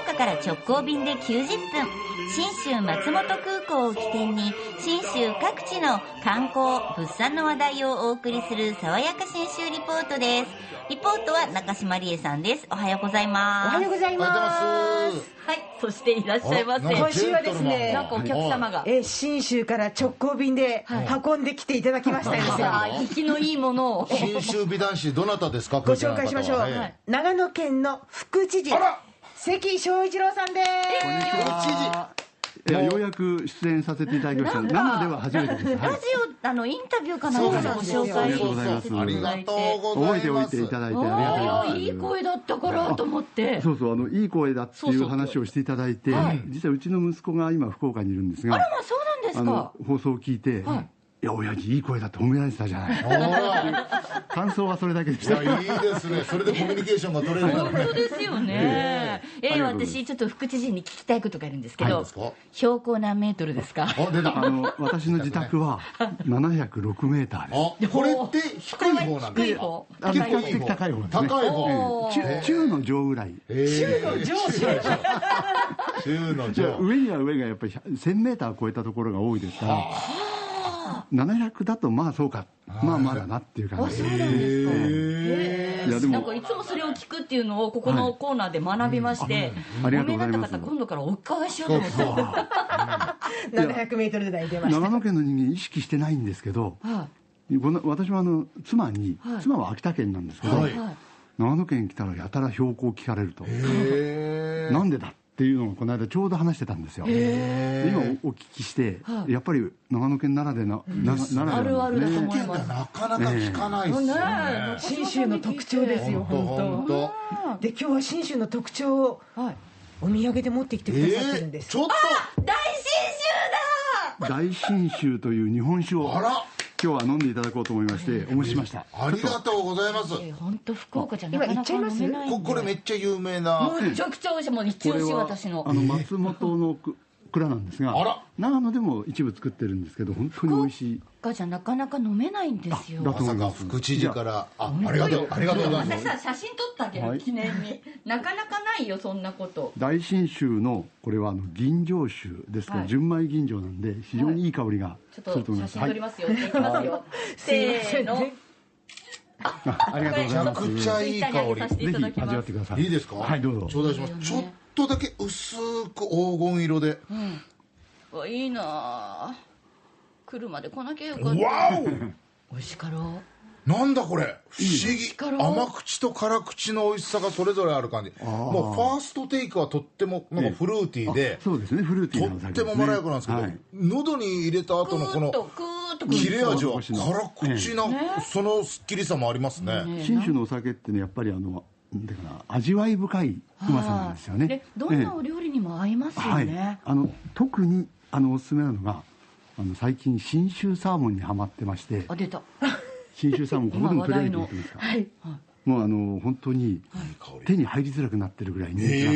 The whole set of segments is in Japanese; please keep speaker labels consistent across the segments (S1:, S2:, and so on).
S1: 岡から直行便で90分信州松本空港を起点に信州各地の観光物産の話題をお送りする爽やか信州リポートですリポートは中島理恵さんですおはようござい
S2: お
S1: ます
S2: はようござい
S3: おはようござ
S2: ま
S3: いますす。
S1: はいそしていらっしゃいませ
S3: あなんか
S2: 今週はですね
S3: ジェントルマン
S4: なんかお客様が、
S2: えー信州から直行便で運んできていただきましたですよ、
S4: あー生きのいいもの を。
S3: 信州美男子どなたですか
S2: ご紹介しましょう、
S3: こちらの方はえ
S2: 長野県の副知事
S3: あら
S2: 関翔一郎さんです、
S3: え
S5: いやようやく出演させていただきました生では初めてです、は
S4: ラ
S5: い
S4: ジ、オ、あの、インタビューかなん
S3: そう
S4: かで
S3: なん
S4: ご
S3: です
S4: 紹
S3: よ
S4: 介
S5: そうそうそう
S4: させていただいて。
S3: ありがとうございます
S5: 覚えておいていただい
S4: あ
S5: てありがとうございま
S4: あ、
S5: す
S4: いい声だったからと思って。
S5: そうそうあのいい声だっていう話をしていただいて実はうちの息子が今福岡にいるんですが
S4: あらまあ、そうなんです
S5: あの
S4: か。
S5: 放送を聞いて、い、や親父いい声だって褒められてたじゃない
S3: ほら
S5: 感想はそれだけでし
S3: い
S5: た
S3: やいいですねそれでコミュニケーションが取れるから
S4: 本当ですよね。え
S5: ありがとうございます
S4: 私、ちょっと副知事に聞きたいことがあるんですけ
S3: 何
S4: ど
S3: ですか、
S4: 標高何メートルですか
S3: あ出た
S5: あの私の自宅は706メーターです
S3: あこれって低い方なん
S4: 低
S3: で
S4: い
S3: すか
S4: 方。
S5: あの比較的高い方ですね
S3: 高い方
S5: ええ中中の上ぐらい
S3: 中の上中の上
S5: 上には上がやっぱり1000メーター超えたところが多いですから700だとまあそうかまあまだなっていう感じです
S3: え
S5: いやで
S4: なん
S5: も
S4: かいつもそれを聞くっていうのをここのコーナーで学びまして、
S5: うんありがと
S4: お見え
S5: うござい
S4: になっ
S5: ます
S4: た方今度からお伺いしようと思って
S2: 700メートル台出ました
S5: 長野県の人間意識してないんですけど
S4: は
S5: この私もあの妻に、
S4: はい
S5: 妻は秋田県なんですけど、
S3: はい
S4: いはい
S5: 長野県来たらやたら標高聞かれると、
S3: え
S5: なんでだっていうのがこの間ちょうど話してたんですよ、で今おお聞きして、
S4: はい
S5: やっぱり長野県ならでな、な奈良
S4: あるあるだと思い
S3: 県が
S4: ます
S3: なかなか聞かないっすね
S4: ね
S2: 信州の特徴ですよ
S3: 本当
S2: 本
S3: 本当
S2: 当で今日は信州の特徴を
S4: はい
S2: お土産で持ってきて
S3: え
S2: くださってるんで
S3: ー
S2: す、
S3: ちょっ
S4: 大信州
S5: 大信州という日本酒を
S3: とあら
S5: 今日は飲んでいただこうと思いましてお持ちしました
S3: ありがとうございます
S4: だ本当福岡じゃなか
S2: 今行
S4: な
S2: っ
S4: か
S2: ちゃいます
S4: 飲めない
S3: ここれめっちゃ有名な
S4: めちゃくちゃ美味しいもう一
S5: こ
S4: 押
S5: れ
S4: し
S5: は
S4: 私の
S5: あの松本のく蔵なんですが
S3: あら
S5: 長野でも一部作ってるんですけど本当に美味しい
S4: 福岡じゃなかなか飲めないんですよ
S5: だ
S3: まさか副知事からあありがとうありがとうございます
S4: 私さ写真撮ったけど
S5: はい
S4: 記念になかなかないよそんなこと
S5: 大信州のこれはあの吟醸酒ですから、
S4: はい
S5: 純米吟醸なんで非常にいい香りが
S4: ちょっ
S5: すると
S4: と
S5: 思いま
S4: 写
S5: す
S4: 真撮りますよいきます よせーの
S5: はいあありがとうご
S3: めち
S5: ざい
S3: ゃ
S5: ます
S3: くちゃいい香
S4: ツイッターに上げさせて
S3: り
S4: い
S5: ぜ
S4: ただきます
S5: ひ味わってください
S3: いいですか
S5: はいどうぞ
S3: 頂戴しますちょっとだけ薄く黄金色で
S4: あいいなあ来るまで来なきゃよかった
S3: わお
S4: 美味しかろ
S3: なんだこれ不思議
S4: 力
S3: 甘口と辛口の美味しさがそれぞれある感じもうファーストテイクはとってもなんかフルーティーで、
S5: そうですねフルーティーな
S3: と
S5: お
S3: っ
S5: 酒
S3: て
S5: ですね
S3: もまろやかなんですけど、
S5: はい
S3: 喉に入れた
S4: うク
S3: 後のこ
S4: ーッと
S3: の
S4: クーッとくる
S3: 切れ味は
S5: うん
S3: 辛口な、そのすっきりさもありますね、
S5: 信州のお酒ってねやっぱりあのなんていうかな味わい深いうまさなんですよね
S4: でどん
S5: ええ
S4: なお料理にも合いますよ
S5: はい
S4: ね、、
S5: あの特にあのおすすめなのがあの最近信州サーモンにはまってまして
S4: あ出 た
S5: 信州サーモンここでも
S4: 今話
S5: 取り上
S4: 題の
S5: げていってますか、もうあの本当に手に入りづらくなってるぐらい人気なんで
S3: え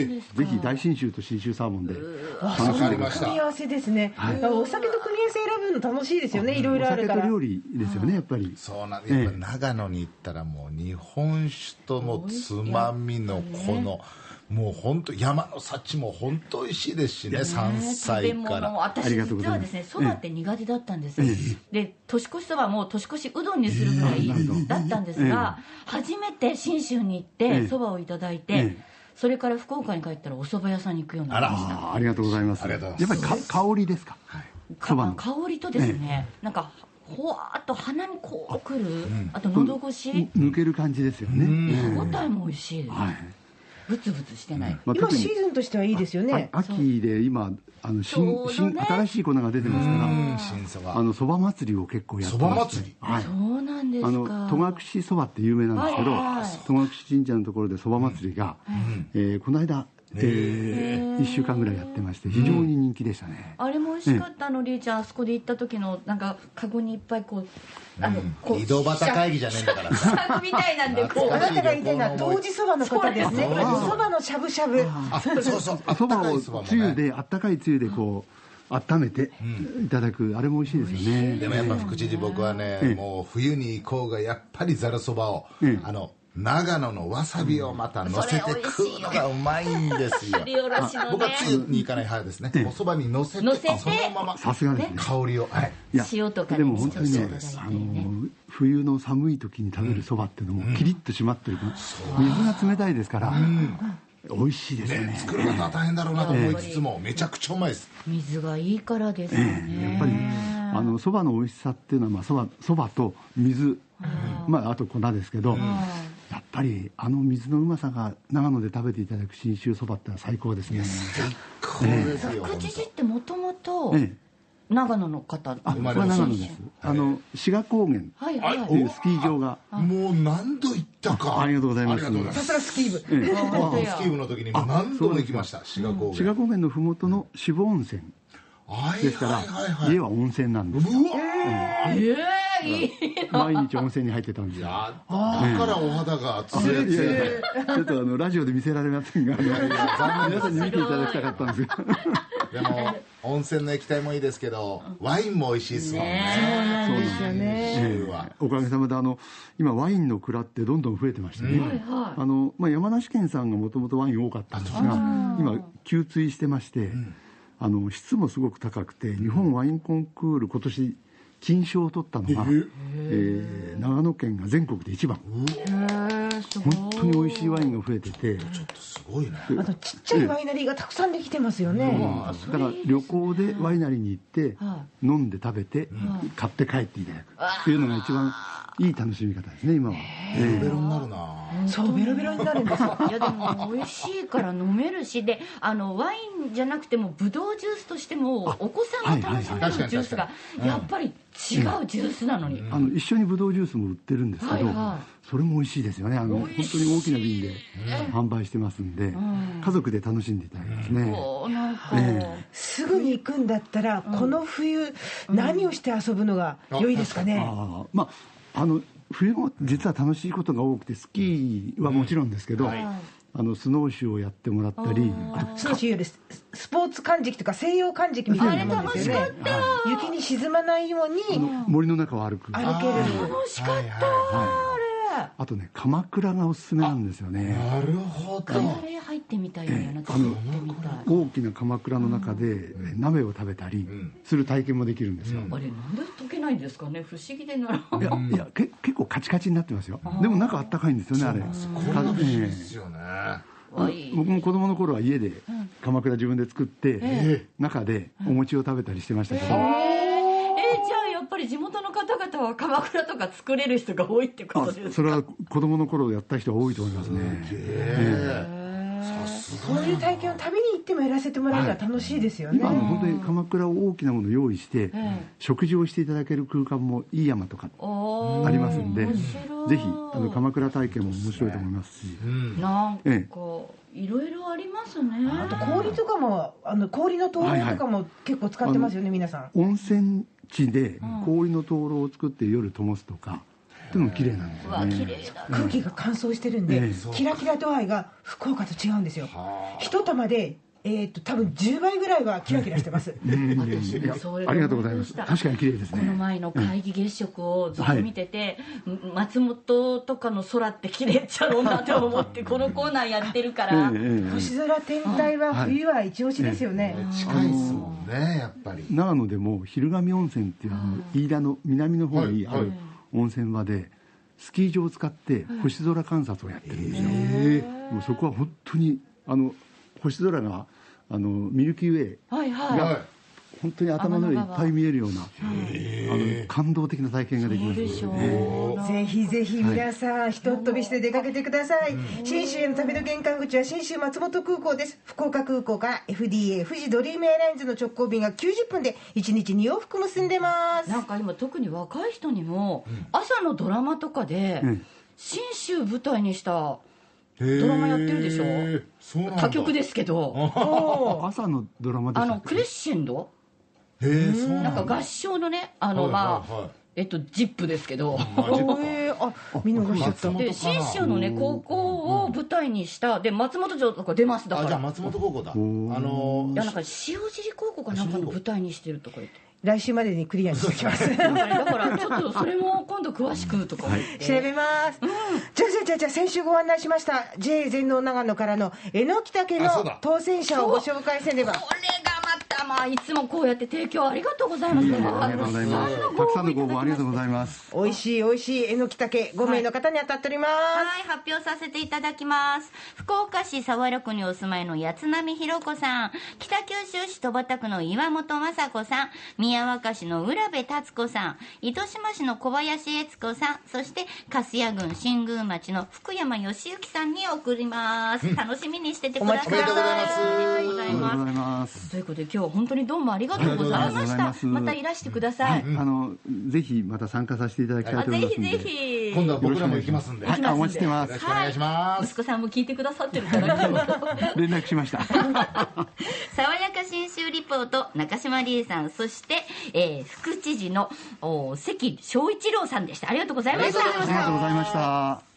S3: え
S5: ぜひ大信州と信州サーモンで楽
S3: わ
S5: し
S3: か
S5: んで
S3: り
S5: く
S3: ま
S5: だ
S3: し
S5: さい
S2: 組み合わせですね、お酒と組み合わせ選ぶの楽しいですよねいろい
S5: お
S2: ろあ
S5: 酒
S2: るか
S5: と
S2: ら
S5: 料理ですよねやっぱり
S3: そうなんやっぱり長野に行ったらもう日本酒ともつまみのこのもう本当山の幸も本当美味しいですしね山菜
S4: 食べ
S3: から
S4: 物私
S5: ありがとうご
S4: 実
S5: ざ
S4: はい
S5: ま
S4: ですすねそばって苦手だったんですよで年越しそばも年越しうどんにするぐらいだったんですが初めて信州に行って
S5: え
S4: そばをいただい
S5: え
S4: て
S5: え
S4: それから福岡に帰ったらお蕎麦屋さんに行くようになりました
S5: ああありがとうございます
S3: ありがとうござ
S5: や
S3: い
S5: っ
S3: ま
S5: ぱ
S3: す
S5: りか香りですか
S4: か
S5: そばの
S4: 香りとですねなんかほわーっと鼻にこうくるあと喉越し
S5: 抜ける感じですよね
S4: 歯応えも美味しいです
S5: はい
S4: ブツブツしてない
S5: まあ
S2: 今
S5: 特
S2: シ
S5: に
S2: ーズンとしてはいいですよね
S5: あ秋で今あの
S4: ちょう
S5: 新
S4: どね
S5: 新新しい粉が出てますから
S3: うん新そば
S5: あのそば祭りを結構やってま
S3: 蕎麦
S5: して
S3: 祭り
S5: はい
S4: そうなんです
S5: あ
S4: か
S5: の戸隠そばって有名なんですけど、
S4: はいはい
S5: 戸隠神社のところでそば祭りが、えーこの間、え1週間ぐらいやってまして非常に人気でしたね、
S4: あれも美味しかったの、りーちゃん、あそこで行った時の、なんか、カゴにいっぱいこう、あの、こう、
S3: 井戸端会議じゃねえんだから
S4: 尺みたいなんで、こ
S2: あ
S4: う、
S2: なたが言いたいのは当時そばの方ですね
S3: そうです
S2: そばのしゃぶしゃぶ
S3: あそうそうあっ
S5: そ
S3: た
S5: ば
S3: かい
S5: を
S3: そばも
S5: つゆ
S3: ね
S5: であったかいつゆでこう温めていただくあれも美味しいですよね
S3: でもやっぱ副知事僕はねもう冬に行こうがやっぱりざるそばをあの長野のわさびをまた乗せて食うのがうまいんです よ
S4: すりおろしの
S3: 僕は
S4: ね
S3: つゆに行かない派ですねおそばに乗せて
S4: 乗せて
S3: そのまま
S5: さすがですね
S3: 香りをはい
S5: いや
S4: 塩とか
S5: でも本当に
S4: そう
S5: ね
S4: です
S5: あの冬の寒い時に食べるそばっていうのもキリッと締まってる、水が冷たいですから、美味しいですよね
S3: ね作る方は大変だろうなと思いつつもめちゃくちゃうまいです
S4: 水がいいからですよね
S5: やっぱりあのそばの美味しさっていうのはまあそばそばと水、まあ、あと粉ですけど、やっぱりあの水のうまさが長野で食べていただく信州そばってのは最高ですね
S3: これですよ
S4: 福
S3: 本当
S4: 知事ってもともと
S5: ええ
S4: 長野の方
S5: あ
S3: 生ま
S5: まあ
S3: れも
S5: 長野です、あの志賀高原
S4: はいはい
S5: っていうスキー場が
S3: もう何度行ったか
S5: あありがとうございます
S3: ありがとうござい
S2: さ
S3: ます
S2: すがスキー部。
S5: ええ
S4: 本当や
S3: スキー部の時にも何度も行きました志賀高
S5: 志賀
S3: 原
S5: 高原の麓の渋温泉
S3: はい
S5: ですか
S3: はいはいは
S5: ら
S3: い
S5: 家は温泉なんです
S3: うわ
S4: ええいい
S5: 毎日温泉に入ってたんですよ
S3: やっただからお肌が熱
S5: いや
S3: い
S5: い
S3: 熱い
S5: やいやちょっとあのラジオで見せられませんがあの皆さんに見ていただきたかったんですが
S3: でも温泉の液体もいいですけどワインも美味しいですもんね
S2: なんですよね。
S3: 信州は
S5: おかげさまであの今ワインの蔵ってどんどん増えてましてね、あのまあ、山梨県産がもともとワイン多かったんですが今吸追してまして、あの質もすごく高くて日本ワインコンクール今年金賞を取ったのが、えー長野県が全国で一番本当に美味しいワインが増えてて
S3: すごいね
S2: あとちっちゃいワイナリーがたくさんできてますよね。
S5: だから旅行でワイナリーに行って飲んで食べて買って帰っていただくっていうのが一番いい楽しみ方ですね今は。ええ
S3: ベロになるな
S2: そうベロベロになるんですよ。
S4: いやでも美味しいから飲めるしであのワインじゃなくてもブドウジュースとしてもお子さんが楽しめ
S3: はいはいはい
S4: るジュースがやっぱり違うジュースなのに、
S5: あの一緒にブドウジュースも売ってるんですけど、
S4: はいは
S5: それも美味しいですよねあの本当に大きな瓶で販売してますんで、家族で楽しんでいただきますね、
S4: こうなんか、
S2: すぐに行くんだったら、この冬何をして遊ぶのが良いですかね。
S5: ああまああの冬も実は楽しいことが多くてスキーはもちろんですけど、あのスノーシューをやってもらったりあ
S2: スノーシューよりススポーツ漢時とか西洋漢時みたいなもんですよね。雪に沈まないように
S5: 森の中を歩くあ
S2: 歩ける。
S4: 楽しかった、
S5: とね鎌倉がおすすめなんですよね
S3: なるほど
S4: あれ入ってみたいよね私も行ってみたい
S5: 大きな鎌倉の中で鍋を食べたりする体験もできるんですよ、
S4: あれなんで溶けないんですかね不思議でなら
S5: いやいやけ結構カチカチになってますよでも中あったかいんですよねあれ
S3: これが美味しいですよね
S4: はい
S5: 僕も子供の頃は家で鎌倉自分で作って、中でお餅を食べたりしてましたけど、
S4: えーじゃあやっぱり地元の方々は鎌倉とか作れる人が多いってことで
S5: あ
S4: す
S5: それは子供の頃やった人は多いと思いますね
S3: え
S2: そういう体験を旅に行ってもやらせてもらうのは楽しいですよね。
S5: 今あの本当に鎌倉を大きなものを用意して、食事をしていただける空間もいい山とか
S4: おー
S5: ありますんで、
S4: 面
S5: ぜ
S4: 白い
S5: ひあの鎌倉体験も面白いと思いますし、
S4: なんか
S5: ええ
S4: いろいろありますね
S2: あと氷とかもあの氷の灯籠とかも結構使ってますよね、皆さん。
S5: 温泉地で氷の灯籠を作って夜灯すとか、っていうのも綺麗なんです
S4: う
S5: よ
S4: わ綺
S5: ね
S4: 麗だ
S2: 空気が乾燥してるんで、
S5: え
S2: キラキラ度合いが福岡と違うんですよ一玉でえっと多分10倍ぐらいはキラキラしてます
S5: うんいや
S4: それ
S5: ありがとうございます
S4: 思いました
S5: 確かに綺麗です
S4: この
S5: ね
S4: 前の会議月食をずっと見てて、松本とかの空って綺麗ちゃろうなと思 ってこのコーナーやってるから、
S5: ええええ
S2: 星空天体は冬は一押しですよね、
S3: え近いですもんねやっぱり
S5: 長野でも昼神温泉っていうあの飯田の南の方に
S3: は
S5: あ
S3: い
S5: る温泉場でスキー場を使って星空観察をやってるんですよ、もうそこは本当にあの星空があのミルキーウェイ
S4: はいはい
S3: はい
S5: 本当に頭の上いっぱい見えるようなあの感動的な体験ができます
S4: でしょう、
S2: ぜひぜひ皆さん、ひとっ飛びして出かけてください。信州への旅の玄関口は信州松本空港です。福岡空港から FDA 富士ドリームエアラインズの直行便が90分で1日2往復結んでます。
S4: なんか今特に若い人にも朝のドラマとかで
S5: うん
S4: 信州舞台にした
S3: ド
S4: ドラマやってるでしょ
S3: そうなんだ
S4: 他局ですけど
S5: 朝のドラマで
S4: あ
S5: し
S4: のクレッシェンド
S3: へえそうな
S4: なんん
S3: だ
S4: か合唱のねあの
S3: はい
S4: ま
S3: はいは
S4: あ
S3: い
S4: えっとジップですけど
S2: おえー、あ、見逃しちゃっ
S3: 松
S2: た
S3: 本。
S4: で信州のね高校を舞台にしたで松本城とか出ますだ
S3: あ
S4: か
S3: じゃあ
S4: ら
S3: 松本高校だあ
S5: ー
S3: の
S4: いやなんか塩尻高校かなんかの舞台にしてるとか言って
S2: 来週までにクリアにしてきます調べ
S6: だからちょっとそれも今度詳しくとか思って、
S2: ます、じゃあじゃあじゃあじゃあ先週ご案内しました JA 全農長野からの榎木岳
S3: あそう
S2: の
S3: だ
S2: 当選者をご紹介せねば
S6: これがまたまあいつもこうやって提供ありがとうございます、
S5: ありがとうございます。たくさんのご応募ありがとうございます。
S2: 美味しい美味しいえのきたけ5名の方に当たっております、
S4: はい、発表させていただきます。福岡市沢良区にお住まいの八波ひろ子さん、北九州市戸畑区の岩本雅子さん、宮若市の浦部達子さん、糸島市の小林悦子さん、そして粕谷郡新宮町の福山義行さんに送ります。楽しみにしててください。
S2: お待ちください
S4: ありがとうござ
S5: あ
S4: い
S5: りがとう
S4: ま
S5: ございます。
S6: すということで今日は本当にどうもありがとうございました
S5: ありがとうございます
S6: またいらしてください、
S5: あのぜひまた参加させていただきたいと思います
S4: す。
S5: の
S4: ぜ
S5: で。
S4: ひぜひ。
S3: 今度は僕らも行きますんで、
S5: はい、あお待ちしてま
S3: よろ
S5: す
S3: し。くお願いします、
S6: 息子さんも聞いてくださってるから今日
S5: 連絡しました。
S4: 爽やか新州リポート中島理恵さんそして、えー副知事のお関翔一郎さんでしたありがとうございました
S5: ありがとうございました。